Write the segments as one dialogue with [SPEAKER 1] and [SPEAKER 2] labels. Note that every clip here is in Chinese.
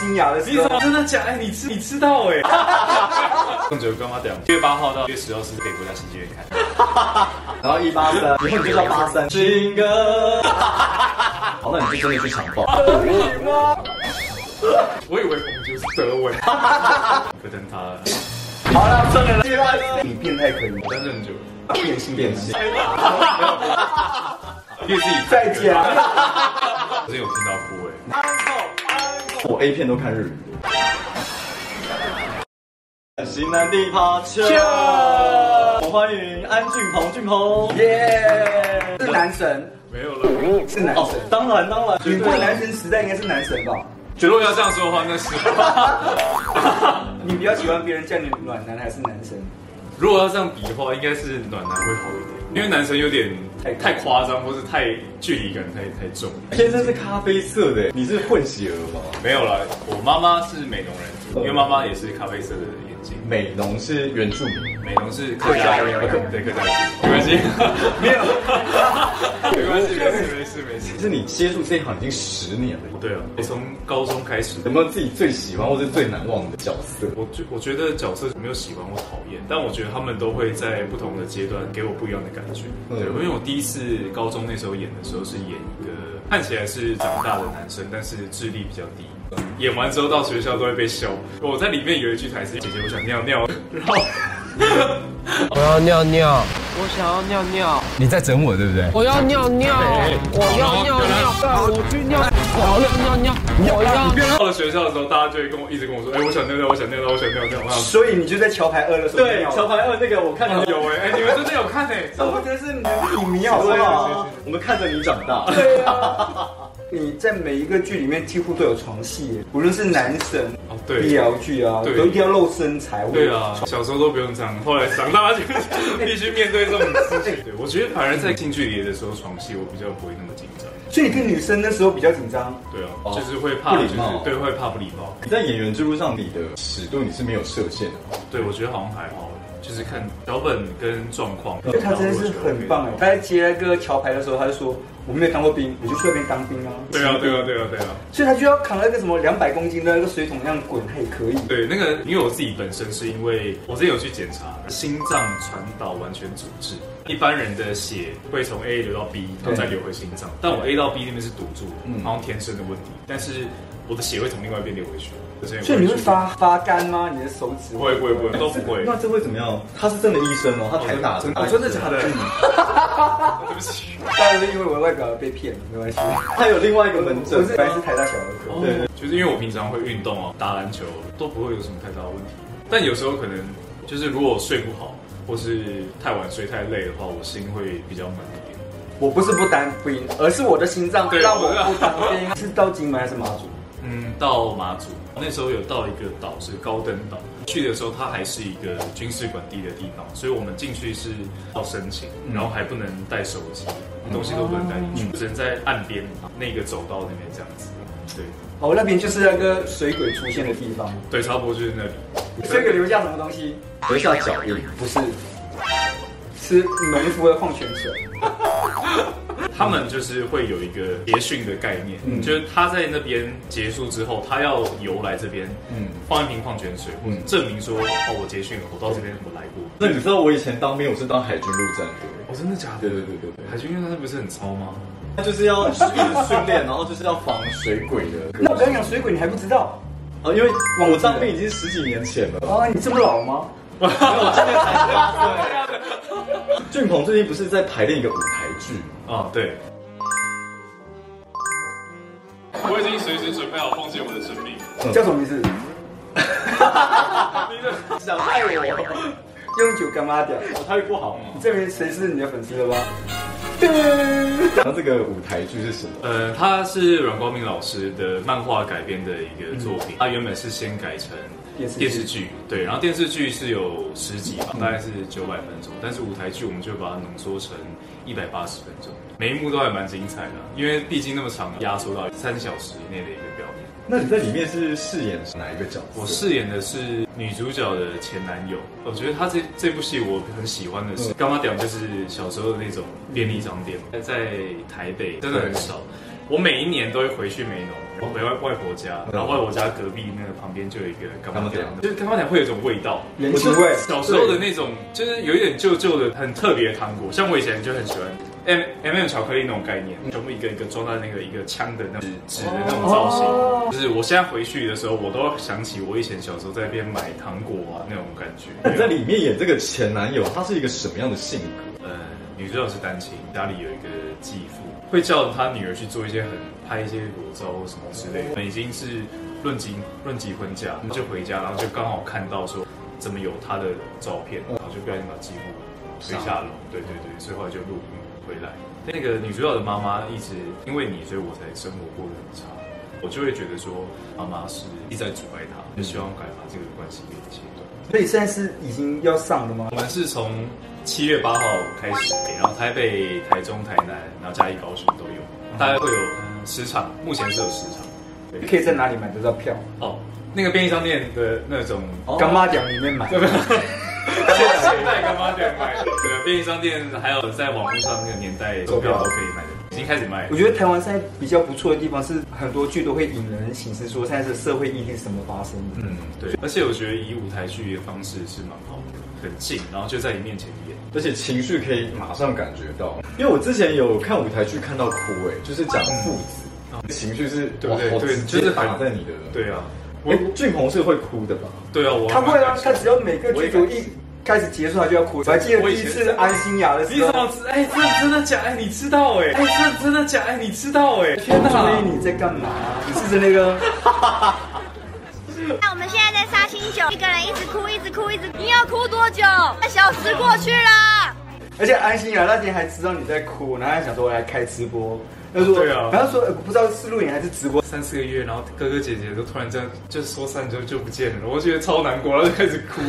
[SPEAKER 1] 新芽的
[SPEAKER 2] 你
[SPEAKER 1] 时
[SPEAKER 2] 怎
[SPEAKER 1] 候
[SPEAKER 2] 么，真的假？哎，你知你知道 哎？凤九干妈店，七月八号到七月十号是北国家新剧院看。
[SPEAKER 1] 然后一八三，以后你就叫八三军哥。好，那你就真的去强暴。
[SPEAKER 2] 我以为凤九是德文，可等他了，
[SPEAKER 1] 好了，算了，接下来你变态可以吗？
[SPEAKER 2] 我单身很久了。
[SPEAKER 1] 变性变性，
[SPEAKER 2] 哎因为自己
[SPEAKER 1] 再见。
[SPEAKER 2] 我真有听到哭哎。
[SPEAKER 1] 我 A 片都看日语。西南地跑球，我欢迎安俊鹏，俊鹏，耶！是男神，
[SPEAKER 2] 没有了。
[SPEAKER 1] 是男神，
[SPEAKER 3] 哦
[SPEAKER 1] 当然当然，你过男神时代应该是男神吧？
[SPEAKER 2] 觉得我要这样说的话，那是。
[SPEAKER 1] 你比较喜欢别人叫你暖男还是男神？
[SPEAKER 2] 如果要这样比的话，应该是暖男会好一点，因为男生有点太太夸张，或是太距离感太太重。
[SPEAKER 3] 天生是咖啡色的，你是混血儿吗？
[SPEAKER 2] 没有啦，我妈妈是美容人，因为妈妈也是咖啡色的眼睛。
[SPEAKER 3] 美浓是原住民，
[SPEAKER 2] 美容是客家人，对客家人，没关系，没有，没关系，没事没事没事
[SPEAKER 3] 其。实你接触这一行已经十年了，
[SPEAKER 2] 对啊，我从高中开始，
[SPEAKER 3] 有没有自己最喜欢或是最难忘的角色？
[SPEAKER 2] 我就我觉得角色没有喜欢或讨厌，但我觉得他们都会在不同的阶段给我不一样的感觉。
[SPEAKER 3] 嗯
[SPEAKER 2] 对，因为我第一次高中那时候演的时候是演一个看起来是长大的男生，但是智力比较低。演完之后到学校都会被笑。我在里面有一句台词：“姐姐，我想尿尿。”然后。
[SPEAKER 4] 我要尿尿，我想要尿尿，
[SPEAKER 3] 你在整我对不对？
[SPEAKER 4] 我要尿尿，我要尿尿，我去尿，我要尿尿，我要 尿
[SPEAKER 2] 到了学校的时候，大家就会跟我一直跟我说：“哎、我想尿尿，我想尿尿，我想尿尿。”我想
[SPEAKER 1] 所以你就在桥牌二的时候
[SPEAKER 3] 对，《桥牌二》那个我看着有，
[SPEAKER 2] 有哎、哎、你们真的有看 哎、
[SPEAKER 1] 我不觉得是你的影哦迷好不好？
[SPEAKER 3] 我们看着你长大。
[SPEAKER 1] 对啊，你在每一个剧里面几乎都有床戏耶，无论是男神、
[SPEAKER 2] 哦，对。
[SPEAKER 1] BL 剧啊，
[SPEAKER 2] 对
[SPEAKER 1] 都一定要露身材。
[SPEAKER 2] 对啊，小时候都不用这样，后来长大就 必须面对这种事情。 对，我觉得反而在近距离的时候床戏，我比较不会那么紧张。
[SPEAKER 1] 所以你跟女生那时候比较紧张。
[SPEAKER 2] 对啊，
[SPEAKER 3] 哦
[SPEAKER 2] 就是会怕，
[SPEAKER 3] 不
[SPEAKER 2] 就
[SPEAKER 3] 礼
[SPEAKER 2] 是
[SPEAKER 3] 貌
[SPEAKER 2] 对，会怕不礼貌。
[SPEAKER 3] 你在演员之路上，你的尺度你是没有设限的吗。
[SPEAKER 2] 对，我觉得好像还好，就是看脚本跟状况。
[SPEAKER 1] 因为他真的是很棒哎！他在接那个桥牌的时候，他就说我没有当过兵，我就去那边当兵啊。
[SPEAKER 2] 对啊，对啊，对啊，对啊。
[SPEAKER 1] 所以他就要扛那个什么两百公斤的那个水桶那样滚，他也可以。
[SPEAKER 2] 对，那个因为我自己本身是因为我之前有去检查心脏传导完全阻滞，一般人的血会从 A 流到 B，然后再流回心脏，但我 A 到 B 那边是堵住，
[SPEAKER 3] 嗯
[SPEAKER 2] 好像天生的问题，但是我的血会从另外一边流回去，
[SPEAKER 1] 所
[SPEAKER 2] 所
[SPEAKER 1] 以你会？发发干吗？你的手指
[SPEAKER 2] 不会不会不会都不会。
[SPEAKER 3] 那这会怎么样？他是真的医生哦，他台大
[SPEAKER 2] 哦真的假的？哦对 不起，
[SPEAKER 1] 当然是因为我的外表而被骗了，没关系。
[SPEAKER 3] 他有另外一个门
[SPEAKER 1] 我
[SPEAKER 3] 诊，
[SPEAKER 1] 是本来是台大小儿科，
[SPEAKER 3] 对
[SPEAKER 2] 哦，就是因为我平常会运动哦，打篮球都不会有什么太大的问题，但有时候可能就是如果我睡不好，或是太晚睡太累的话，我心会比较闷一点。
[SPEAKER 1] 我不是不当兵，而是我的心脏
[SPEAKER 2] 对
[SPEAKER 1] 让我
[SPEAKER 2] 我
[SPEAKER 1] 不当兵。是到金门还是马祖？
[SPEAKER 2] 嗯，到马祖那时候有到一个岛是高登岛，去的时候它还是一个军事管地的地方，所以我们进去是要申请，然后还不能带手机，东西都不能带进去，只能在岸边那个走道那边这样子。对，
[SPEAKER 1] 哦，那边就是那个水鬼出现的地方。
[SPEAKER 2] 对，差不多就是那里。
[SPEAKER 1] 水鬼留下什么东西？
[SPEAKER 3] 留下脚印。
[SPEAKER 1] 不是，是农夫的矿泉水。
[SPEAKER 2] 他们就是会有一个结训的概念，就是他在那边结束之后，他要游来这边，嗯
[SPEAKER 3] 嗯，
[SPEAKER 2] 放一瓶矿泉水，
[SPEAKER 3] 嗯
[SPEAKER 2] 证明说哦，我结训了，我到这边我来过。
[SPEAKER 3] 那你知道我以前当兵，我是当海军陆战队。
[SPEAKER 2] 哦，真的假
[SPEAKER 3] 对对对对对，
[SPEAKER 2] 海军那不是很糙吗？
[SPEAKER 3] 他就是要一直训练，然后就是要防水鬼的。
[SPEAKER 1] 那我跟你讲，水鬼你还不知道
[SPEAKER 3] 哦，因为我当兵已经十几年前了。
[SPEAKER 1] 啊？你这么老吗？
[SPEAKER 3] 我今年才十八岁。俊鹏最近不是在排练一个舞台剧吗？
[SPEAKER 2] 啊，对。我已经随时准备好放弃我的生命。
[SPEAKER 1] 叫什么名字？
[SPEAKER 2] 啊
[SPEAKER 3] 想害我，
[SPEAKER 1] 用酒干妈屌。
[SPEAKER 3] 我泰语不好。
[SPEAKER 1] 你证明谁是你的粉丝了吧？
[SPEAKER 3] 然后这个舞台剧是什么？
[SPEAKER 2] 呃，它是阮光明老师的漫画改编的一个作品，它原本是先改成
[SPEAKER 1] 嗯电视剧
[SPEAKER 2] 电视剧，对，然后电视剧是有十集吧，大概是九百分钟，但是舞台剧我们就把它浓缩成一百八十分钟，每一幕都还蛮精彩的，因为毕竟那么长，压缩到三小时以内的一个表演。
[SPEAKER 3] 那你在里面是饰演哪一个角
[SPEAKER 2] 我
[SPEAKER 3] 色？
[SPEAKER 2] 饰演的是女主角的前男友，我觉得他这这部戏我很喜欢的是，干妈屌就是小时候的那种便利商店，在台北真的很少。我每一年都会回去美浓，我回外外婆家，然后外婆家隔壁那个旁边就有一个干妈
[SPEAKER 3] 干
[SPEAKER 2] 店
[SPEAKER 3] 妈，店
[SPEAKER 2] 就是干妈店会有一种味道，
[SPEAKER 3] 人情味
[SPEAKER 2] 小时候的那种，就是有一点旧旧的、很特别的糖果，像我以前就很喜欢 M M M 巧克力那种概念，全部一个一个装在那个一个枪的那种纸纸的那种造型。
[SPEAKER 3] 哦
[SPEAKER 2] 就是我现在回去的时候，我都会想起我以前小时候在那边买糖果啊那种感觉。
[SPEAKER 3] 你哦在里面演这个前男友，他是一个什么样的性格？
[SPEAKER 2] 呃，女主角是单亲，家里有一个继父，会叫她女儿去做一些很拍一些裸照或什么之类的。我们已经是论及论及婚嫁，就回家，然后就刚好看到说怎么有她的照片，然后就不小心把继父推下楼。对对对，所以后来就录影回来。那个女主角的妈妈一直因为你，所以我才生活过得很差。我就会觉得说，妈妈是一直在阻碍她，就希望赶快把这个关系给切断。
[SPEAKER 1] 所以现在是已经要上的吗
[SPEAKER 2] 我？们是从七月八号开始，然后台北、台中、台南，然后嘉义、高雄都有，大概会有嗯十场，目前是有十场。对
[SPEAKER 1] 可以在哪里买得到票？
[SPEAKER 2] 哦，那个便利商店的那种，
[SPEAKER 1] 干妈奖里面买。
[SPEAKER 2] 现现在干嘛点买？对，便利商店还有在网络上那个年代售票都可以买的，已经开始卖了
[SPEAKER 1] 我。觉得台湾现在比较不错的地方是，很多剧都会引人醒思，说现在的社会议题是什么发生的。
[SPEAKER 2] 嗯，对，而且我觉得以舞台剧的方式是蛮好的，很近，然后就在你面前演。
[SPEAKER 1] 哦
[SPEAKER 3] 而且情绪可以马上感觉到，因为我之前有看舞台剧看到哭、哎，就是讲父子，情绪是
[SPEAKER 2] 对不对
[SPEAKER 3] 哇好
[SPEAKER 2] 对
[SPEAKER 3] 直接
[SPEAKER 2] 就是很
[SPEAKER 3] 打在你的，
[SPEAKER 2] 对啊，
[SPEAKER 3] 哎、
[SPEAKER 2] 我
[SPEAKER 3] 俊鹏是会哭的吧？
[SPEAKER 2] 对啊，我
[SPEAKER 1] 他会啊，他只
[SPEAKER 2] 要
[SPEAKER 1] 要每个剧组一开始结束，他就要哭。我还记得第一次安心雅的时
[SPEAKER 2] 你怎
[SPEAKER 1] 候
[SPEAKER 2] 么，知？哎、这真的假？哎、你知道哎、哎、这真的假？哎、你知道哎、天
[SPEAKER 1] 所
[SPEAKER 2] 哪！
[SPEAKER 1] 以你在干嘛？你是指那个？
[SPEAKER 5] 那我们现在在杀青酒，一个人一直哭，一直哭，一直，你要哭多久？半小时过去了。
[SPEAKER 1] 而且安心雅那天还知道你在哭，然后还想说我来开直播。他说，
[SPEAKER 2] 对啊
[SPEAKER 1] 然后说、呃不知道是录影还是直播，
[SPEAKER 2] 三四个月，然后哥哥姐姐都突然这样，就说散就就不见了，我觉得超难过，然后就开始 哭。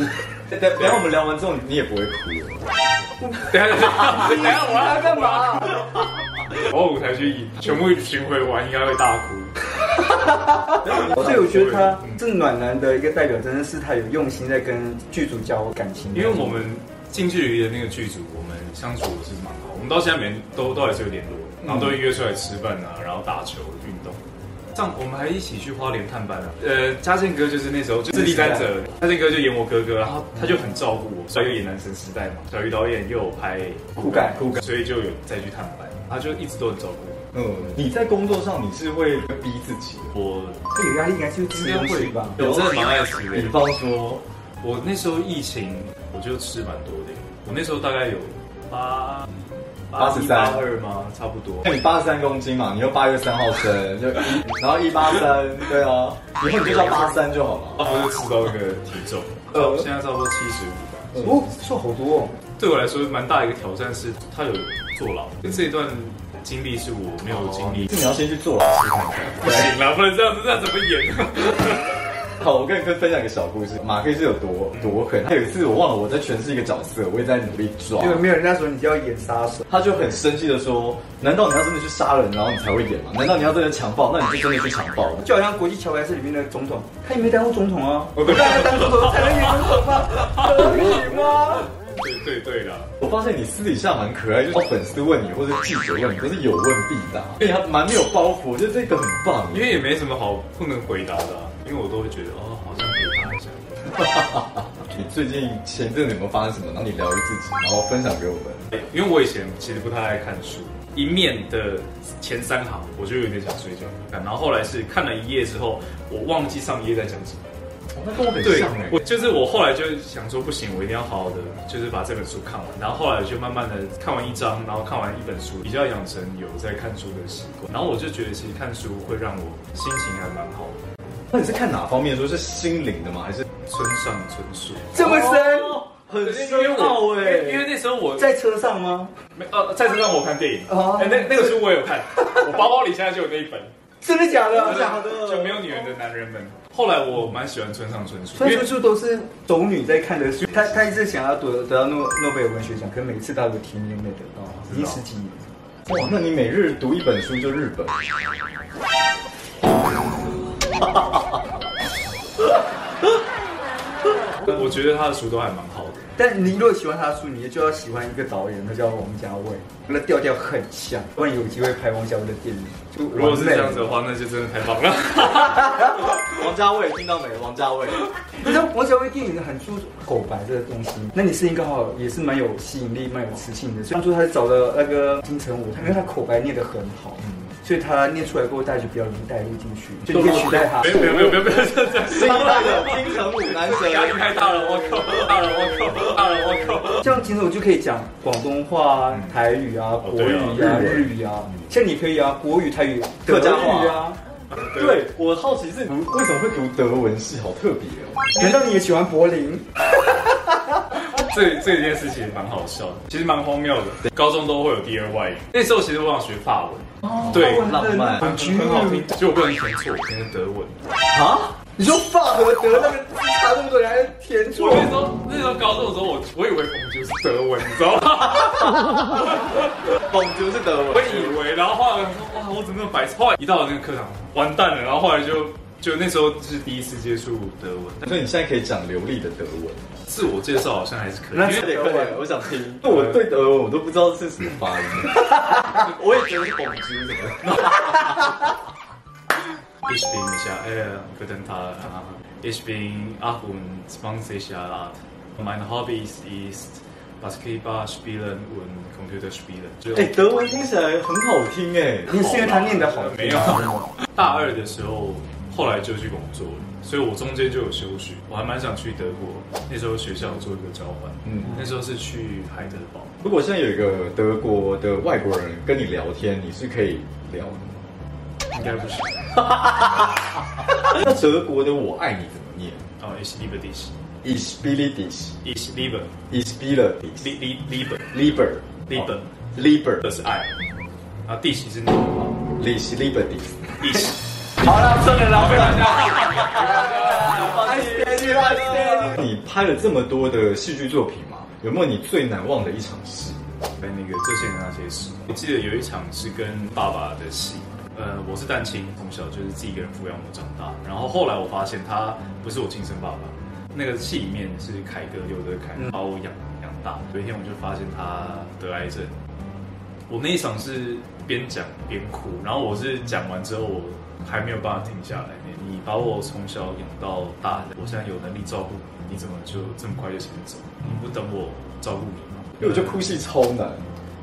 [SPEAKER 3] 等等下我们聊完之后，你也不会哭了。
[SPEAKER 2] 等一下，等一下，等一下，我
[SPEAKER 1] 你要
[SPEAKER 2] 要
[SPEAKER 1] 干？嘛？
[SPEAKER 2] 我舞台剧全部巡回完，应该会大哭。
[SPEAKER 1] 所以我觉得他是暖男的一个代表，真的是他有用心在跟剧组交感情，
[SPEAKER 2] 因为我们近距离的那个剧组，我们相处是蛮好，我们到现在每天都都还是有联络，然后都会约出来吃饭啊，然后打球、运动。上我们还一起去花莲探班啊。呃，嘉健哥就是那时候就是第三 者，嘉健哥就演我哥哥，然后他就很照顾我，所以又演男神时代嘛，小鱼导演又有拍
[SPEAKER 1] 酷盖
[SPEAKER 2] 酷盖，所以就有再去探班，他就一直都很照顾
[SPEAKER 3] 嗯，你在工作上你是会逼自己的，
[SPEAKER 2] 我。我
[SPEAKER 1] 他有压力应该就是自由去吧。
[SPEAKER 2] 有真啊的蛮爱吃的
[SPEAKER 3] 比。方说，
[SPEAKER 2] 我那时候疫情，我就吃蛮多的。我那时候大概有八
[SPEAKER 3] 83
[SPEAKER 2] 八二吗？差不多。
[SPEAKER 3] 那你八十三公斤嘛，你又八月三号生，就然后一八三，对啊，以后你就叫八三就好了。
[SPEAKER 2] 然后就吃到那个体重，呃，现在差不多七十五吧。
[SPEAKER 1] 哦，瘦好多哦。
[SPEAKER 2] 对我来说蛮大一个挑战是，他有坐牢，这一段经历是我没有经历。
[SPEAKER 3] 你要先去做老师。
[SPEAKER 2] 不行啦，不能这样子，这样怎么演？
[SPEAKER 3] 好，我跟你分分享一个小故事。马克是有多多狠？他有一次我忘了我在诠释一个角色，我也在努力抓
[SPEAKER 1] 因。为哦没有人家说你就要演杀手，
[SPEAKER 3] 他就很生气的说：“难道你要真的去杀人，然后你才会演吗？难道你要真的强暴，那你就真的去强暴？”
[SPEAKER 1] 就好像国际桥牌是里面的总统，他也没当过总统啊，我
[SPEAKER 2] 哦
[SPEAKER 1] 当然当总统才能演总统吗？可以吗？
[SPEAKER 2] 对对对啦，
[SPEAKER 3] 我发现你私底下蛮可爱，就是粉丝问你或者记者问你，都是有问必答，所以他蛮没有包袱，我觉得这个很棒。
[SPEAKER 2] 因为也没什么好不能回答的啊、因为我都会觉得哦，好像可以答一下。
[SPEAKER 3] 你最近前阵子有没有发生什么？然后你疗愈自己，然后分享给我们。
[SPEAKER 2] 因为我以前其实不太爱看书，一面的前三行我就有点想睡觉，然后后来是看了一页之后，我忘记上一页在讲什么。
[SPEAKER 3] 哦、那跟我很
[SPEAKER 2] 对
[SPEAKER 3] 像哎，、
[SPEAKER 2] 我就是我后来就想说不行，我一定要好好的就是把这本书看完，然后后来就慢慢的看完一章，然后看完一本书，比较养成有在看书的习惯，然后我就觉得其实看书会让我心情还蛮好的，
[SPEAKER 3] 那你是看哪方面说？是心灵的吗？还是
[SPEAKER 2] 村上春树。
[SPEAKER 1] 这么深，
[SPEAKER 2] 哦
[SPEAKER 3] 很
[SPEAKER 2] 因为因为那时候我
[SPEAKER 1] 在车上吗？
[SPEAKER 2] 没呃，再次让我看电影，
[SPEAKER 1] 哦
[SPEAKER 2] 哎，那那个书我有看，我包包里现在就有那一本。
[SPEAKER 1] 真的假的？
[SPEAKER 2] 就没有女人的男人们。后来我蛮喜欢村上春树，
[SPEAKER 1] 所
[SPEAKER 2] 因
[SPEAKER 1] 以
[SPEAKER 2] 为
[SPEAKER 1] 处处都是走女在看的书，他他一直想要得得到诺诺贝尔文学奖，可每次他都提名没得到，已经十几年。
[SPEAKER 3] 哇，那你每日读一本书就日本，
[SPEAKER 2] 我我觉得他的书都还蛮好的。
[SPEAKER 1] 但你如果喜欢他的书，你就要喜欢一个导演，他叫王家卫，那调调很像。如果你有机会拍王家卫的电影，就
[SPEAKER 2] 如果
[SPEAKER 1] 完
[SPEAKER 2] 是
[SPEAKER 1] 美
[SPEAKER 2] 这样子的话，那就真的太棒了。
[SPEAKER 6] 王家卫听到没？王家卫，
[SPEAKER 1] 你知道王小薇电影很注重口白这个东西，那你声音刚好也是蛮有吸引力、蛮有磁性的。所以当初他找了那个金城武，他因为他口白念得很好，
[SPEAKER 2] 嗯
[SPEAKER 1] 所以他念出来过后，大家就比较容易带入进去，就你可以取代他
[SPEAKER 2] 没。有没有没有没有没有，这样这样
[SPEAKER 6] 新代的金城武男神，
[SPEAKER 2] 压力太大了，我靠，大了我靠，大了我靠。
[SPEAKER 1] 像金城武就可以讲广东话、啊、台语啊、国
[SPEAKER 2] 对
[SPEAKER 1] 语
[SPEAKER 2] 啊
[SPEAKER 1] 啊、日语啊，像你可以啊，国语、台语、
[SPEAKER 6] 客家话
[SPEAKER 1] 德语啊。
[SPEAKER 6] 对我好奇是
[SPEAKER 3] 为什么会读德文系？好特别哦！
[SPEAKER 1] 难道你也喜欢柏林？
[SPEAKER 2] 这这件事情蛮好笑的，其实蛮荒谬的。高中都会有第二外语，那时候其实我想学法文，对，
[SPEAKER 6] 浪漫
[SPEAKER 2] 很哎很好听，结果不能填错，我填的德文。
[SPEAKER 6] 啊，
[SPEAKER 1] 你说法和德那个字差那么多，你还填
[SPEAKER 2] 我
[SPEAKER 1] 错？
[SPEAKER 2] 那时候那时候高中的时候，我我以为红就是德文，你知道吗？
[SPEAKER 6] 蹦迪是德
[SPEAKER 2] 我
[SPEAKER 6] 文，
[SPEAKER 2] 以为，然后后来我说哇，我怎么那么白痴？后来一到了那个课堂，完蛋了。然后后来就就那时候是第一次接触德文，但
[SPEAKER 3] 所以你现在可以讲流利的德文。
[SPEAKER 2] 自我介绍好像还是可以，
[SPEAKER 1] 那
[SPEAKER 2] 因
[SPEAKER 6] 快
[SPEAKER 2] 为
[SPEAKER 6] 点快点，我想听。
[SPEAKER 3] 那我对德文我都不知道是什么发音。
[SPEAKER 6] 我也觉得是蹦迪什么，
[SPEAKER 2] Ich bin Michael, guten Tag. Ich bin 28 Jahre alt. Mein Hobby ist Basketball spielen und Computer spielen. 就
[SPEAKER 6] 哎，德文听起来很好听哎，
[SPEAKER 1] 你是因为他念得好听。
[SPEAKER 2] 没有。大二的时候，后来就去工作了，所以我中间就有休息。我还蛮想去德国，那时候学校有做一个交换，嗯
[SPEAKER 3] 嗯，
[SPEAKER 2] 那时候是去海德堡。
[SPEAKER 3] 如果现在有一个德国的外国人跟你聊天，你是可以聊的吗。
[SPEAKER 2] 应该不是
[SPEAKER 3] 那德国的“我爱你”怎么念
[SPEAKER 2] 哦，Ich liebe dich,
[SPEAKER 3] ？Ich liebe dich,
[SPEAKER 2] Ich liebe,
[SPEAKER 3] ich liebe dich,
[SPEAKER 2] li li liebe,
[SPEAKER 3] lieber,
[SPEAKER 2] Liebe
[SPEAKER 3] lieber,
[SPEAKER 2] 这是爱，啊，dich 是你吗
[SPEAKER 3] ich liebe dich。
[SPEAKER 2] ？Ich
[SPEAKER 6] 放心，放
[SPEAKER 3] 你拍了这么多的戏剧作品嘛，有没有你最难忘的一场戏？
[SPEAKER 2] 在那个这些人那些事，我记得有一场是跟爸爸的戏。呃，我是单亲，从小就是自己一个人抚养我长大。然后后来我发现他不是我亲生爸爸，那个戏里面是凯哥刘德凯
[SPEAKER 3] 嗯
[SPEAKER 2] 把我养养大。有一天我就发现他得癌症，我那一场是边讲边哭，然后我是讲完之后我还没有办法停下来。你把我从小养到大，我现在有能力照顾你，你怎么就这么快就先走？你不等我照顾你吗？
[SPEAKER 3] 因为我觉得哭戏超难。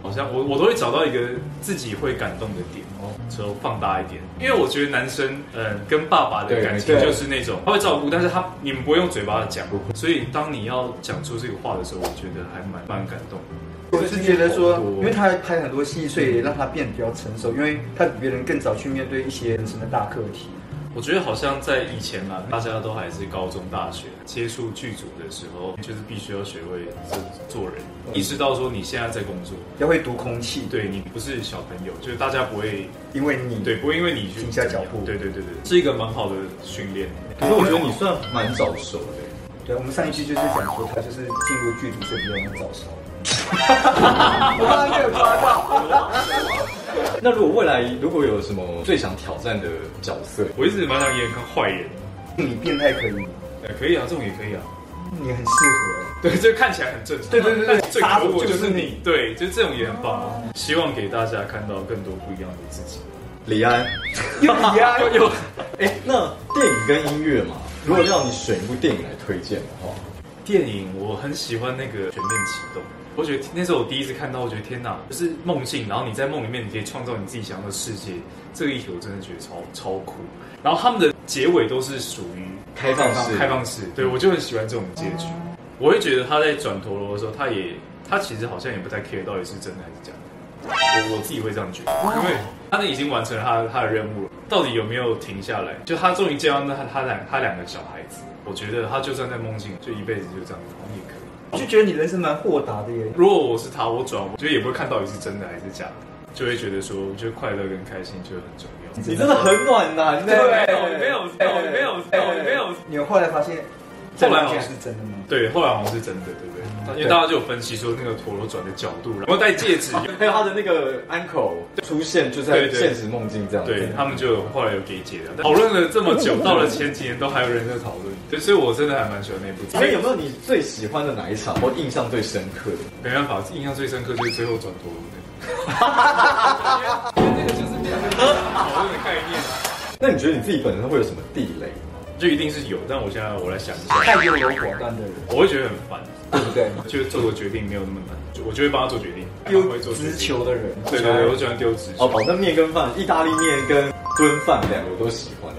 [SPEAKER 2] 好像我我都会找到一个自己会感动的点，哦，之后放大一点，因为我觉得男生，嗯，跟爸爸的
[SPEAKER 3] 对
[SPEAKER 2] 感情
[SPEAKER 3] 对
[SPEAKER 2] 就是那种他会照顾，但是他你们不会用嘴巴讲，所以当你要讲出这个话的时候，我觉得还蛮蛮感动的。
[SPEAKER 1] 我是觉得说，因为他拍很多戏，所以让他变得比较成熟，因为他比别人更早去面对一些人生的大课题。
[SPEAKER 2] 我觉得好像在以前啊，大家都还是高中、大学接触剧组的时候，就是必须要学会做做人，
[SPEAKER 1] 嗯
[SPEAKER 2] 意识到说你现在在工作，
[SPEAKER 1] 要会读空气，，
[SPEAKER 2] 对你不是小朋友，就是大家不会
[SPEAKER 1] 因为你
[SPEAKER 2] 对，不会因为你去
[SPEAKER 1] 停下脚步
[SPEAKER 2] 对对对对，是一个蛮好的训练。
[SPEAKER 3] 可是我觉得你算蛮早熟的，
[SPEAKER 1] 对，我们上一期就是讲说他就是进入剧组是比较人早熟。我刚刚没有夸到，
[SPEAKER 3] 那如果未来如果有什么最想挑战的角色，
[SPEAKER 2] 我一直蛮想演个坏人，
[SPEAKER 1] 你变态可以吗，
[SPEAKER 2] 呃，可以啊，这种也可以啊。
[SPEAKER 1] 你很适合。
[SPEAKER 2] 对，这看起来很正常。
[SPEAKER 1] 对对对对
[SPEAKER 2] 但最可恶的就是你。对，就这种也很棒啊。希望给大家看到更多不一样的自 己。
[SPEAKER 3] 李安。
[SPEAKER 1] 又你啊，
[SPEAKER 2] 又又
[SPEAKER 3] 哎，那电影跟音乐嘛，如果让你选一部电影来推荐的话，
[SPEAKER 2] 电影，我很喜欢那个《全面启动》。我觉得那时候我第一次看到，我觉得天哪，就是梦境，然后你在梦里面，你可以创造你自己想要的世界。这个议题我真的觉得超超酷。然后他们的结尾都是属于
[SPEAKER 3] 开放式
[SPEAKER 2] 开放式，对我就很喜欢这种结局。我会觉得他在转陀螺的时候，他也他其实好像也不太 care 到底是真的还是假的。我我自己会这样觉得，因为他那已经完成了他的他的任务了，到底有没有停下来？就他终于见到那他他两他两个小孩子，我觉得他就算在梦境，就一辈子就这样子，好像也可以。
[SPEAKER 1] 我就觉得你人生蛮豁达的耶。
[SPEAKER 2] 如果我是他，我转，我觉得也不会看到底是真的还是假的，就会觉得说，我觉得快乐跟开心就很重要。
[SPEAKER 6] 你真的很暖男呢，
[SPEAKER 2] 对没有没有没有没有没有没有
[SPEAKER 1] 你后来发现，
[SPEAKER 2] 后来好
[SPEAKER 1] 好
[SPEAKER 2] 像
[SPEAKER 1] 像是真的吗？
[SPEAKER 2] 对，后来好像是真的，对不
[SPEAKER 6] 嗯
[SPEAKER 2] 对？因为大家就有分析说那个陀螺转的角度，然后戴戒指，
[SPEAKER 3] 还有他的那个 uncle 出现，就在
[SPEAKER 2] 对对
[SPEAKER 3] 现实梦境这样子。
[SPEAKER 2] 对他们就后来有给解答。但讨论了这么久，到了前几年都还有人在讨论，哎对，所以我真的还蛮喜欢那部剧。
[SPEAKER 3] 所以有没有你最喜欢的哪一场或印象最深刻的？
[SPEAKER 2] 没办法，印象最深刻就是最后转陀螺 那个，因为那个就是变成讨论的概念啊。
[SPEAKER 3] 那你觉得你自己本身会有什么地雷？
[SPEAKER 2] 就一定是有，但我现在我来想一下，
[SPEAKER 1] 太优柔寡断的人，
[SPEAKER 2] 我会觉得很烦，
[SPEAKER 1] 对不对？
[SPEAKER 2] 就是做个决定没有那么难，就我就会帮他做决定，他
[SPEAKER 1] 丢
[SPEAKER 2] 会做决定
[SPEAKER 1] 直球。的人，
[SPEAKER 2] 对对对，我喜欢丢直球。
[SPEAKER 3] 哦，那面跟饭，意大利面跟炖饭两个我都喜欢。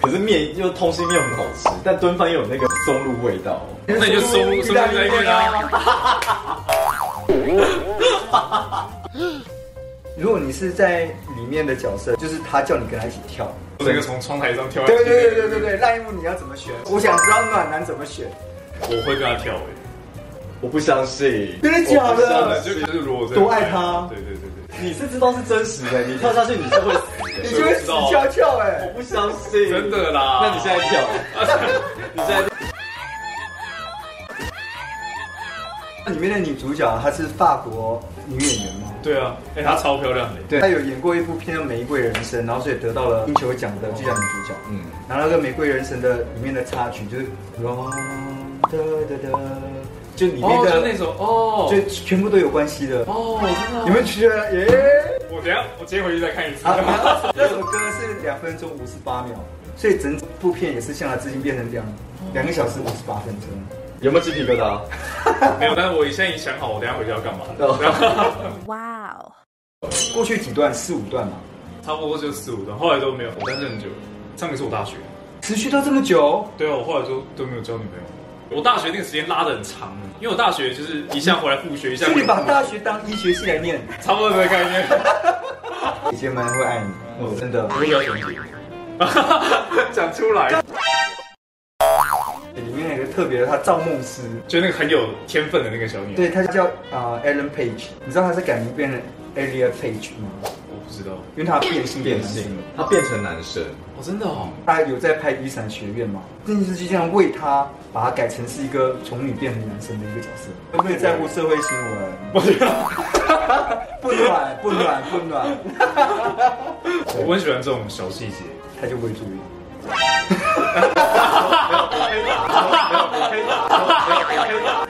[SPEAKER 3] 可是面又通心面很好吃，但炖饭又有那个松露味道。
[SPEAKER 2] 那你就收收在那边啊。
[SPEAKER 1] 如果你是在里面的角色，就是他叫你跟他一起跳。
[SPEAKER 2] 那个从窗台上跳下
[SPEAKER 1] 对
[SPEAKER 2] 去，
[SPEAKER 1] 对对对对对，那一幕你要怎么选？我想知道暖男怎么选。
[SPEAKER 2] 我会跟他跳欸
[SPEAKER 3] 我不相信，
[SPEAKER 1] 真的假的
[SPEAKER 3] 我不相
[SPEAKER 2] 就
[SPEAKER 3] 信
[SPEAKER 2] 就是如果我真的
[SPEAKER 1] 多爱他
[SPEAKER 2] 对对对对，
[SPEAKER 3] 你是知道是真实的，你跳下去你是会死的。
[SPEAKER 1] 你就会死翘翘
[SPEAKER 3] 我
[SPEAKER 1] 哎！
[SPEAKER 3] 不相信，
[SPEAKER 2] 真。的啦。
[SPEAKER 3] 那你现在跳，你现在
[SPEAKER 1] 里面的女主角她是法国女演员吗？
[SPEAKER 2] 对啊，哎，她超漂亮的，
[SPEAKER 1] 对，她有演过一部片叫《玫瑰人生》，然后所以得到了金球奖的最佳女主角。嗯
[SPEAKER 3] 嗯，
[SPEAKER 1] 然后那个《玫瑰人生》的里面的插曲就是哒哒哒，就里面
[SPEAKER 2] 哦，就
[SPEAKER 1] 的
[SPEAKER 2] 那种哦，
[SPEAKER 1] 就全部都有关系的。
[SPEAKER 2] 哦，真的
[SPEAKER 1] 你们觉得耶？
[SPEAKER 2] 我等一下我今天回去再看一次。
[SPEAKER 1] 啊，那首歌是两分钟五十八秒，所以整部片也是向他致敬，变成两两个小时五十八分钟。
[SPEAKER 3] 有没有鸡皮疙瘩？
[SPEAKER 2] 没有，但是我现在已经想好，我等一下回去要干嘛了。
[SPEAKER 5] 哇哦！
[SPEAKER 1] 过去几段四五段嘛，
[SPEAKER 2] 差不多就四五段，后来都没有，我单身很久了。上个是我大学，
[SPEAKER 1] 持续到这么久，
[SPEAKER 2] 对啊，我后来都都没有交女朋友。我大学那个时间拉的很长，因为我大学就是一下回来复学，一下
[SPEAKER 1] 所以
[SPEAKER 2] 回
[SPEAKER 1] 你
[SPEAKER 2] 来
[SPEAKER 1] 把
[SPEAKER 2] 复
[SPEAKER 1] 大学当医学系来念，
[SPEAKER 2] 学差不多这个概念。
[SPEAKER 1] 姐姐们会爱你，真的。
[SPEAKER 2] 我比较喜欢姐姐， 讲出来，
[SPEAKER 1] 里面有一个特别的，他造梦师，
[SPEAKER 2] 就那个很有天分的那个小女孩。
[SPEAKER 1] 对，他叫啊、呃 Alan Page，你知道他是改名变成 Alia Page 吗？
[SPEAKER 2] 我不知道，
[SPEAKER 1] 因为他变性
[SPEAKER 3] 变性
[SPEAKER 1] 了
[SPEAKER 3] 了，，他变成男生。
[SPEAKER 2] 哦，真的哦，
[SPEAKER 1] 他有在拍《雨伞学院》嘛？电视剧这样为他把他改成是一个从女变成男生的一个角色，有没有在乎社会新闻？
[SPEAKER 2] 我觉得
[SPEAKER 1] 不暖不暖不暖，
[SPEAKER 2] 我很喜欢这种小细节。
[SPEAKER 1] 他就不会注意。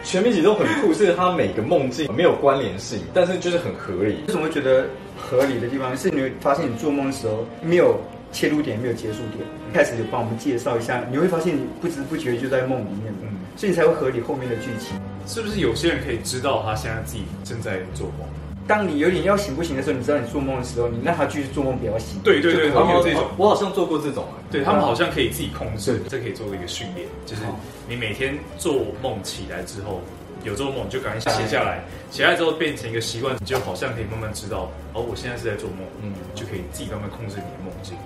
[SPEAKER 3] 全民启动很酷，是它每个梦境没有关联性，但是就是很合理。
[SPEAKER 1] 为什么会觉得合理的地方是你会发现你做梦的时候没有切入点，没有结束点，开始就帮我们介绍一下，你会发现你不知不觉就在梦里面了，
[SPEAKER 2] 嗯
[SPEAKER 1] 所以你才会合理后面的剧情。
[SPEAKER 2] 是不是有些人可以知道他现在自己正在做梦？
[SPEAKER 1] 当你有点要醒不醒的时候，你知道你做梦的时候，你让他继续做梦，不要醒。哦
[SPEAKER 2] 对对对，他们有这种。
[SPEAKER 3] 我好像做过这种、哎
[SPEAKER 2] 对他们好像可以自己控制，这可以做一个训练，就是你每天做梦起来之后，有做梦你就赶快写下来，写下来之后变成一个习惯，你就好像可以慢慢知道，哦，我现在是在做梦，嗯
[SPEAKER 3] 嗯，
[SPEAKER 2] 就可以自己慢慢控制你的梦境。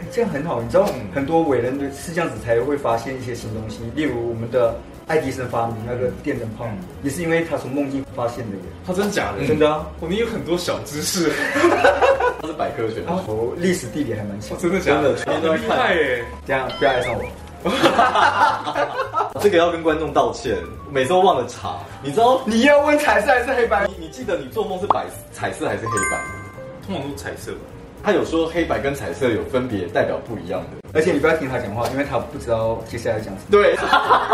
[SPEAKER 1] 哎这样很好，你知道
[SPEAKER 2] 嗯
[SPEAKER 1] 很多伟人是这样子才会发现一些新东西，例如我们的爱迪生发明那个电灯泡
[SPEAKER 2] 嗯，
[SPEAKER 1] 也是因为他从梦境发现的耶。
[SPEAKER 2] 他真假的？
[SPEAKER 1] 真的啊，
[SPEAKER 2] 我们嗯哦有很多小知识，
[SPEAKER 3] 它是百科全
[SPEAKER 1] 然
[SPEAKER 3] 书。
[SPEAKER 1] 后历史地理还蛮强，
[SPEAKER 2] 哦真的假的？
[SPEAKER 3] 真的
[SPEAKER 2] 很厉害耶！
[SPEAKER 1] 这样不要爱上我。
[SPEAKER 3] 这个要跟观众道歉，每次都忘了查。你知道，
[SPEAKER 1] 你要问彩色还是黑白？
[SPEAKER 3] 你你记得你做梦是白彩色还是黑白？
[SPEAKER 2] 通常都是彩色吧？
[SPEAKER 3] 他有说黑白跟彩色有分别，代表不一样的。
[SPEAKER 1] 而且你不要听他讲话，因为他不知道接下来讲什么。
[SPEAKER 3] 对，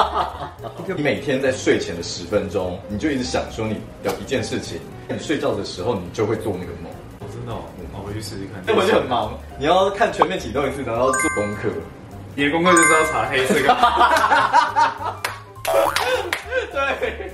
[SPEAKER 3] 你每天在睡前的十分钟，你就一直想说你有一件事情，你睡觉的时候你就会做那个梦。
[SPEAKER 2] 哦，真的哦，我回去试试看。
[SPEAKER 3] 那我就很忙，你要看全面启动一次，然后做功课。
[SPEAKER 2] 你的功课就是要查黑色跟。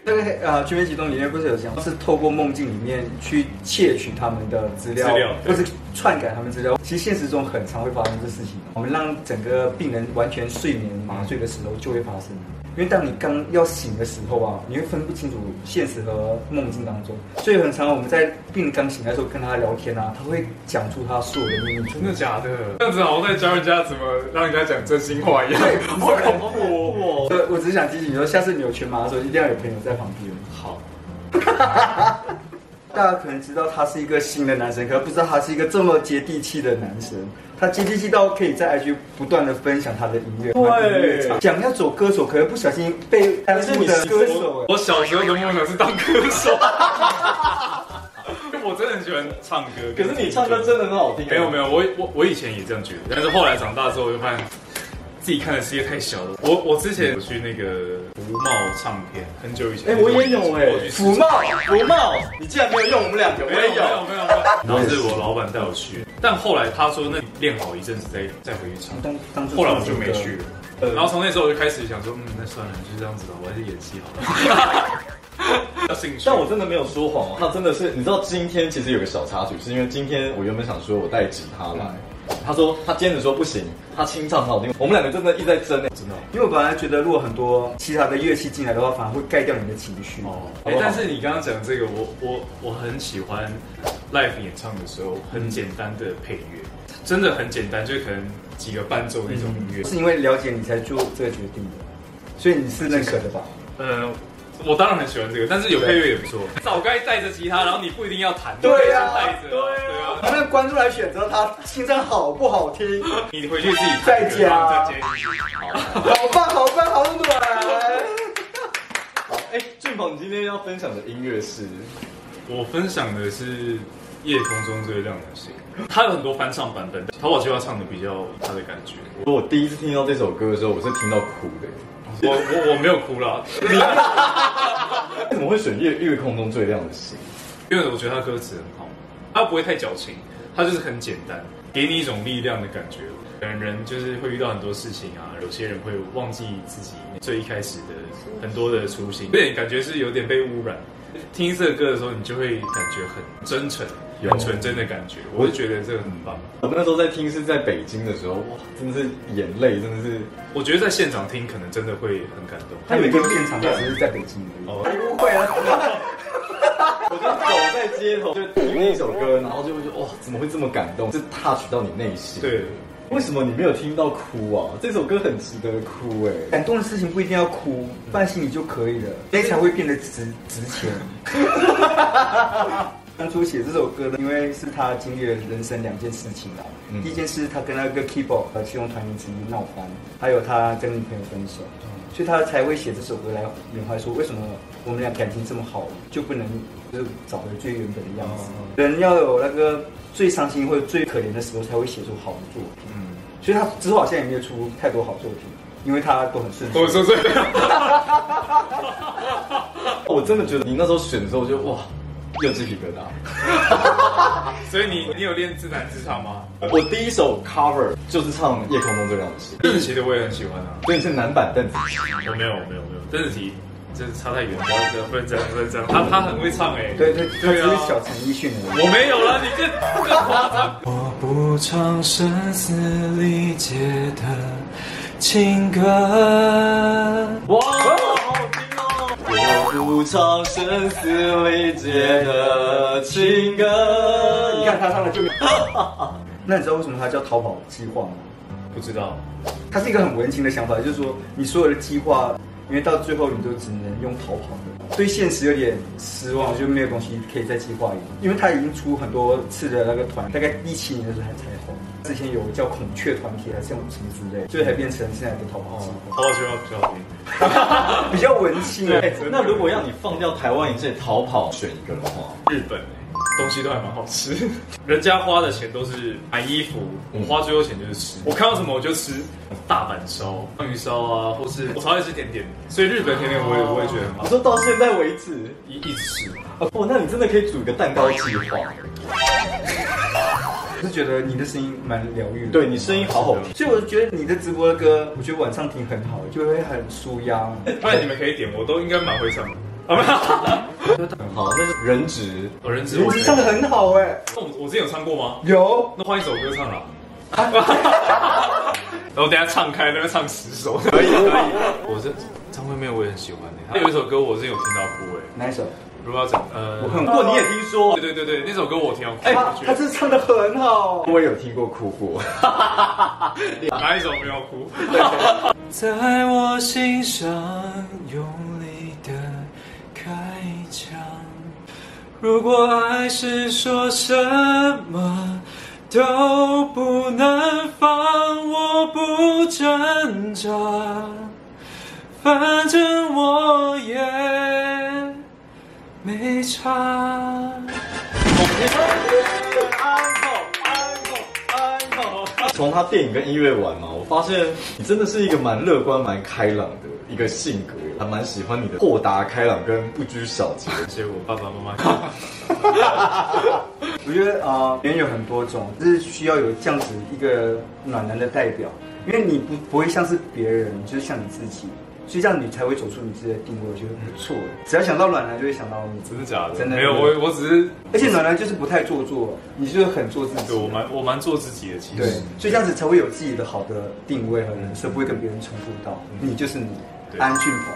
[SPEAKER 1] 那个呃，《全面启动》里面不是有讲，是透过梦境里面去窃取他们的资料，
[SPEAKER 2] 资料
[SPEAKER 1] 或是篡改他们资料。其实现实中很常会发生这事情。我们让整个病人完全睡眠
[SPEAKER 2] 嗯
[SPEAKER 1] 麻醉的时候就会发生，因为当你刚要醒的时候啊，你会分不清楚现实和梦境当中。所以很常我们在病人刚醒来的时候跟他聊天啊，他会讲出他所有的秘密。
[SPEAKER 2] 真的假的？这样子好像在教人家怎么让人家讲真心话一样， 好恐怖哦！
[SPEAKER 1] 对，我只是想提醒你说，下次你有全麻的时候，一定要有朋友在旁边。
[SPEAKER 2] 好，
[SPEAKER 1] 大家可能知道他是一个新的男生，可能不知道他是一个这么接地气的男生。他接地气到可以在 IG 不断的分享他的音乐，他的音乐场想要走歌手，可能不小心被耽
[SPEAKER 3] 是
[SPEAKER 1] 误
[SPEAKER 3] 你
[SPEAKER 1] 的歌
[SPEAKER 3] 喜欢
[SPEAKER 1] 手。
[SPEAKER 2] 我小时候的梦想是 当歌手，我真的很喜欢唱歌。
[SPEAKER 3] 可是你唱歌真的很好听，啊
[SPEAKER 2] 没有没有，我我我以前也这样觉得，但是后来长大之后，我就发现自己看的世界太小了。我我之前有去那个福茂唱片，很久以前，
[SPEAKER 3] 哎我也有哎
[SPEAKER 2] 我去试
[SPEAKER 3] 福茂福茂，你竟然没有用我们两个，我
[SPEAKER 2] 没有
[SPEAKER 3] 也
[SPEAKER 2] 没
[SPEAKER 3] 有
[SPEAKER 2] 有。没有没有。然后是我老板带我去，但后来他说那你练好一阵子再再回去唱，
[SPEAKER 1] 哎当当初
[SPEAKER 2] 后来我就没去了。
[SPEAKER 3] 呃
[SPEAKER 2] 然后从那时候我就开始想说，嗯，那算了，就这样子吧，我还是演戏好了。要兴趣，
[SPEAKER 3] 但我真的没有说谎哦，他真的是，你知道今天其实有个小插曲，是因为今天我原本想说我带吉他来，
[SPEAKER 2] 嗯
[SPEAKER 3] 他说他坚持说不行，他清唱很好听，我们两个真的一直在争哎，真的。
[SPEAKER 1] 因为我本来觉得，如果很多其他的乐器进来的话，反而会盖掉你的情绪。
[SPEAKER 2] 哦
[SPEAKER 1] 哦，，
[SPEAKER 2] 哎、
[SPEAKER 3] 好不好
[SPEAKER 2] 但是你刚刚讲这个，我我我很喜欢 live 演唱的时候很简单的配乐，真的很简单，就是可能几个伴奏那种音乐。
[SPEAKER 1] 是因为了解你才做这个决定的，所以你是认可的 吧？
[SPEAKER 2] 呃，我当然很喜欢这个，但是有配乐也不错。早该带着吉他，然后你不一定要弹，
[SPEAKER 1] 对
[SPEAKER 2] 呀、
[SPEAKER 1] 啊
[SPEAKER 2] 带着，对啊。
[SPEAKER 1] 让观众来选择他欣赏好不好听，
[SPEAKER 2] 你回去自己
[SPEAKER 1] 在家
[SPEAKER 2] 然后再接一句。
[SPEAKER 1] 好棒，好棒，好暖。
[SPEAKER 3] 好，哎，俊鹏，你今天要分享的音乐是
[SPEAKER 2] 我分享的是《夜空中最亮的星》，它有很多翻唱版本，淘宝计划唱的比较它的感觉。
[SPEAKER 3] 我第一次听到这首歌的时候，我是听到哭的。
[SPEAKER 2] 我我我没有哭啦，
[SPEAKER 3] 为哎什么会选月月空中最亮的星？
[SPEAKER 2] 因为我觉得他歌词很好，他不会太矫情，他就是很简单，给你一种力量的感觉。可能人就是会遇到很多事情啊，有些人会忘记自己最一开始的很多的初心，有点感觉是有点被污染。听这个歌的时候，你就会感觉很真诚、很纯真的感觉，我就觉得这个很棒。
[SPEAKER 3] 我那时候在听是在北京的时候，哇，真的是眼泪，真的是
[SPEAKER 2] 我觉得在现场听可能真的会很感动。
[SPEAKER 1] 他有一个现场，他只是在北京而
[SPEAKER 2] 哦
[SPEAKER 1] 已。你误哦会啊了。
[SPEAKER 3] 我就走在街头，就听那首歌，然后就会觉得哇，怎么会这么感动？是 touch 到你内心。，
[SPEAKER 2] 对，
[SPEAKER 3] 为什么你没有听到哭啊？这首歌很值得哭哎、
[SPEAKER 1] 感动的事情不一定要哭，放心你就可以了，那才会变得值值 钱。当初写这首歌呢，因为是他经历了人生两件事情啦。
[SPEAKER 3] 嗯
[SPEAKER 1] 第一件事，他跟那个 keyboard 和其中团员之一闹翻，还有他跟女朋友分手，所以他才会写这首歌来缅怀说，为什么我们俩感情这么好，就不能就是找回最原本的样子？人要有那个最伤心或者最可怜的时候，才会写出好的作品。
[SPEAKER 2] 嗯，
[SPEAKER 1] 所以他之后好像也没有出太多好作品，因为他都很顺遂。
[SPEAKER 2] 我说这 个。
[SPEAKER 3] 我真的觉得你那时候选的时候，我就哇，又鸡皮疙瘩。
[SPEAKER 2] 所以你你有练自弹自唱吗？
[SPEAKER 3] 我第一首 cover 就是唱《夜空中最亮的星》，
[SPEAKER 2] 邓紫棋的我也很喜欢啊。
[SPEAKER 3] 所以是男版邓紫棋。
[SPEAKER 2] 我没有，我没有，没有。邓紫棋真的差太远，不要不要这样，不要这样。他他很会唱哎、
[SPEAKER 1] 对对，他只
[SPEAKER 2] 对啊
[SPEAKER 1] 是。小陈奕迅而已。
[SPEAKER 2] 我没有了，你这这个夸张。
[SPEAKER 7] 我不尝试思理解的情歌。
[SPEAKER 3] 哇，好好听哦！我不唱声嘶力竭的情歌。
[SPEAKER 1] 你看他唱的就没有。那你知道为什么他叫淘宝计划吗？
[SPEAKER 2] 不知道，
[SPEAKER 1] 他是一个很文青的想法，就是说你所有的计划，因为到最后你都只能用逃跑的，对现实有点失望，就没有东西可以再计划了。因为他已经出很多次的那个团，大概一七年的时候才才红。之前有叫孔雀团体还是什么之类，所以才变成现在的逃跑计划，
[SPEAKER 2] 好好喜欢比较好听。
[SPEAKER 1] 比较文青啊。
[SPEAKER 3] 哎那如果要你放掉台湾一切逃跑，选一个的话，
[SPEAKER 2] 日本、欸、东西都还蛮好吃，人家花的钱都是买衣服，我花最多钱就是吃。我看到什么我就吃，大阪烧、章鱼烧啊，或是我超爱吃甜点，所以日本甜点我也我也觉得很
[SPEAKER 3] 我
[SPEAKER 2] 好，
[SPEAKER 3] 说到现在为止，
[SPEAKER 2] 一一直吃。
[SPEAKER 3] 哦，那你真的可以组一个蛋糕计划。
[SPEAKER 1] 我是觉得你的声音蛮疗愈的。
[SPEAKER 3] 对你声音好好听，
[SPEAKER 1] 所以我觉得你的直播的歌，我觉得晚上听很好，就会很舒压。
[SPEAKER 2] 不然你们可以点，我都应该蛮会唱的。好吧，
[SPEAKER 3] 好，那是人质。
[SPEAKER 2] 我人质
[SPEAKER 1] 你
[SPEAKER 2] 我可以
[SPEAKER 1] 唱的很好哎、
[SPEAKER 2] 我我之前有唱过吗？
[SPEAKER 1] 有
[SPEAKER 2] 那换一首歌唱了。
[SPEAKER 1] 啊
[SPEAKER 2] 然后等一下唱开，那边唱十首，可以可以。我这张惠妹我也很喜欢的、哎她有一首歌我真有听到哭哎、
[SPEAKER 1] 哪一首？
[SPEAKER 2] 如果要讲呃，
[SPEAKER 1] 我很
[SPEAKER 3] 不过你也听说，
[SPEAKER 2] 对对对对，那首歌我听到哭，
[SPEAKER 1] 哎、
[SPEAKER 2] 我
[SPEAKER 1] 他
[SPEAKER 2] 觉
[SPEAKER 1] 这唱的很好。
[SPEAKER 3] 我也有听过哭过。
[SPEAKER 2] 得哪一首没有 哭？
[SPEAKER 7] 在我心上用力的开一枪。如果爱是说什么都不能放，我不挣扎，反正我也没差。
[SPEAKER 3] 从他电影跟音乐玩嘛，我发现你真的是一个蛮乐观、蛮开朗的一个性格，还蛮喜欢你的豁达、开朗跟不拘小节。
[SPEAKER 2] 谢谢我爸爸妈 妈。
[SPEAKER 1] 我觉得啊，人、有很多种，就是需要有这样子一个暖男的代表，因为你不不会像是别人，就是像你自己，所以这样你才会走出你自己的定位，我觉得不错。只要想到暖男，就会想到你。
[SPEAKER 2] 真的假的？
[SPEAKER 1] 真的
[SPEAKER 2] 没有，我我只是
[SPEAKER 1] 而且暖男就是不太做作，你就是很做自己
[SPEAKER 2] 对。我蛮我蛮做自己的，其
[SPEAKER 1] 对
[SPEAKER 2] 实，
[SPEAKER 1] 所以这样子才会有自己的好的定位和人设，不会跟别人重复到。你就是你，
[SPEAKER 2] 嗯对
[SPEAKER 1] 安俊鹏。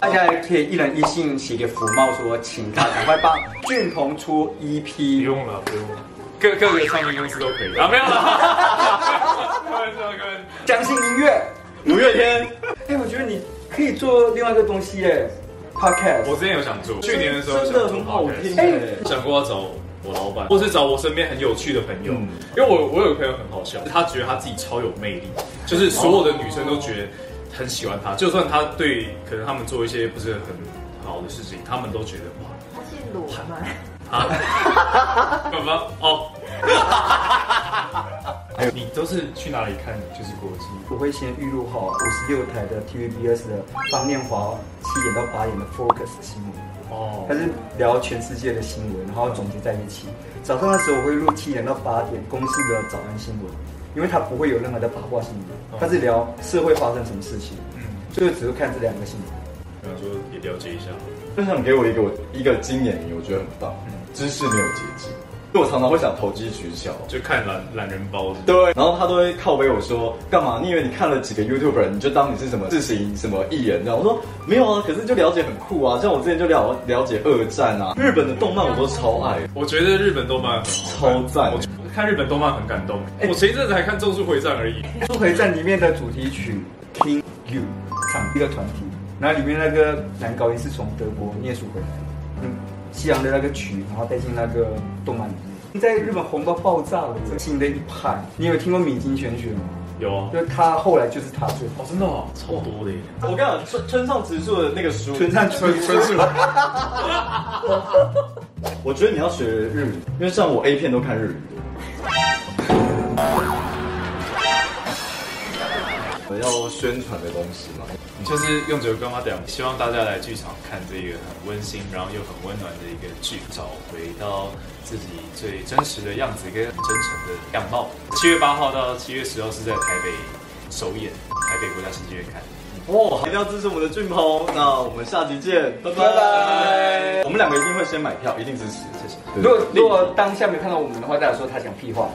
[SPEAKER 1] 大家也可以一人一信写给福茂说，请他赶快帮俊鹏出 E
[SPEAKER 2] 不
[SPEAKER 1] EP。
[SPEAKER 2] 用了，不用了，各各个唱片公司都可以啊，没有了。 开玩笑，开玩笑。
[SPEAKER 1] 相信音乐，
[SPEAKER 3] 五月天，
[SPEAKER 1] 哎，我觉得你可以做另外一个东西耶
[SPEAKER 2] 我
[SPEAKER 1] ，podcast。
[SPEAKER 2] 之前有想做，去年的时候
[SPEAKER 3] 真
[SPEAKER 2] 想
[SPEAKER 3] 的
[SPEAKER 2] 做
[SPEAKER 3] 很好
[SPEAKER 2] podcast
[SPEAKER 3] 听
[SPEAKER 1] 哎
[SPEAKER 3] 哎、
[SPEAKER 2] 想过要找我老板，或是找我身边很有趣的朋友，
[SPEAKER 3] 嗯
[SPEAKER 2] 因为我我有个朋友很好笑，他觉得他自己超有魅力，就是所有的女生都觉得很喜欢他，就算他对可能他们做一些不是很好的事情，他们都觉得哇
[SPEAKER 8] 他是裸吗？
[SPEAKER 2] 啊，干嘛哦？你都是去哪里看？就是国际。
[SPEAKER 1] 我会先预录好五十六台的 TVBS 的方念华七点到八点的 Focus 新闻。
[SPEAKER 2] 哦
[SPEAKER 1] 它，是聊全世界的新闻，然后总结在一起。早上的时候我会录七点到八点公司的早安新闻，因为它不会有任何的八卦新闻，它是聊社会发生什么事情，
[SPEAKER 2] 嗯，
[SPEAKER 1] 所以我只会看这两个新闻。
[SPEAKER 2] 比方说也了解一下，
[SPEAKER 3] 分享给我一个我一个经验，我觉得很棒，知识没有捷径。因为我常常会想投机取巧，
[SPEAKER 2] 就看懒懒人包。
[SPEAKER 3] 对，然后他都会靠背我说，干嘛？你以为你看了几个 YouTuber，你就当你是什么自行什么艺人这样？我说没有啊，可是就了解很酷啊。像我之前就了了解二战啊，日本的动漫我都超爱。
[SPEAKER 2] 我觉得日本动漫很好看
[SPEAKER 3] 超赞
[SPEAKER 2] 我看日本动漫很感动。我前一阵子还看《咒术回战》而已。
[SPEAKER 1] 《速回战》里面的主题曲《King You》，唱一个团体，然后里面那个男高音是从德国念书回来的，嗯，西洋的那个曲，然后带进那个动漫里面，在日本红到爆炸了，新的一派。你有听过米津玄玄吗？
[SPEAKER 2] 有啊，
[SPEAKER 1] 就是他后来就是他最
[SPEAKER 2] 哦，真的、哦，超多的耶！
[SPEAKER 3] 我跟你讲，村村上直树的那个书，
[SPEAKER 1] 村上春春树。
[SPEAKER 3] 我觉得你要学日语，因为像我 A 片都看日语的。我要宣传的东西嘛，
[SPEAKER 2] 就是用九干妈讲，希望大家来剧场看这个很温馨，然后又很温暖的一个剧，找回到自己最真实的样子跟真诚的样貌。七月八号到七月十号是在台北首演，台北国家戏剧院看。
[SPEAKER 3] 哇，哦一定要支持我们的俊鹏。那我们下集见，拜拜。我们两个一定会先买票，一定支持，谢谢。
[SPEAKER 1] 如果如果当下没看到我们的话，大家说他讲屁话。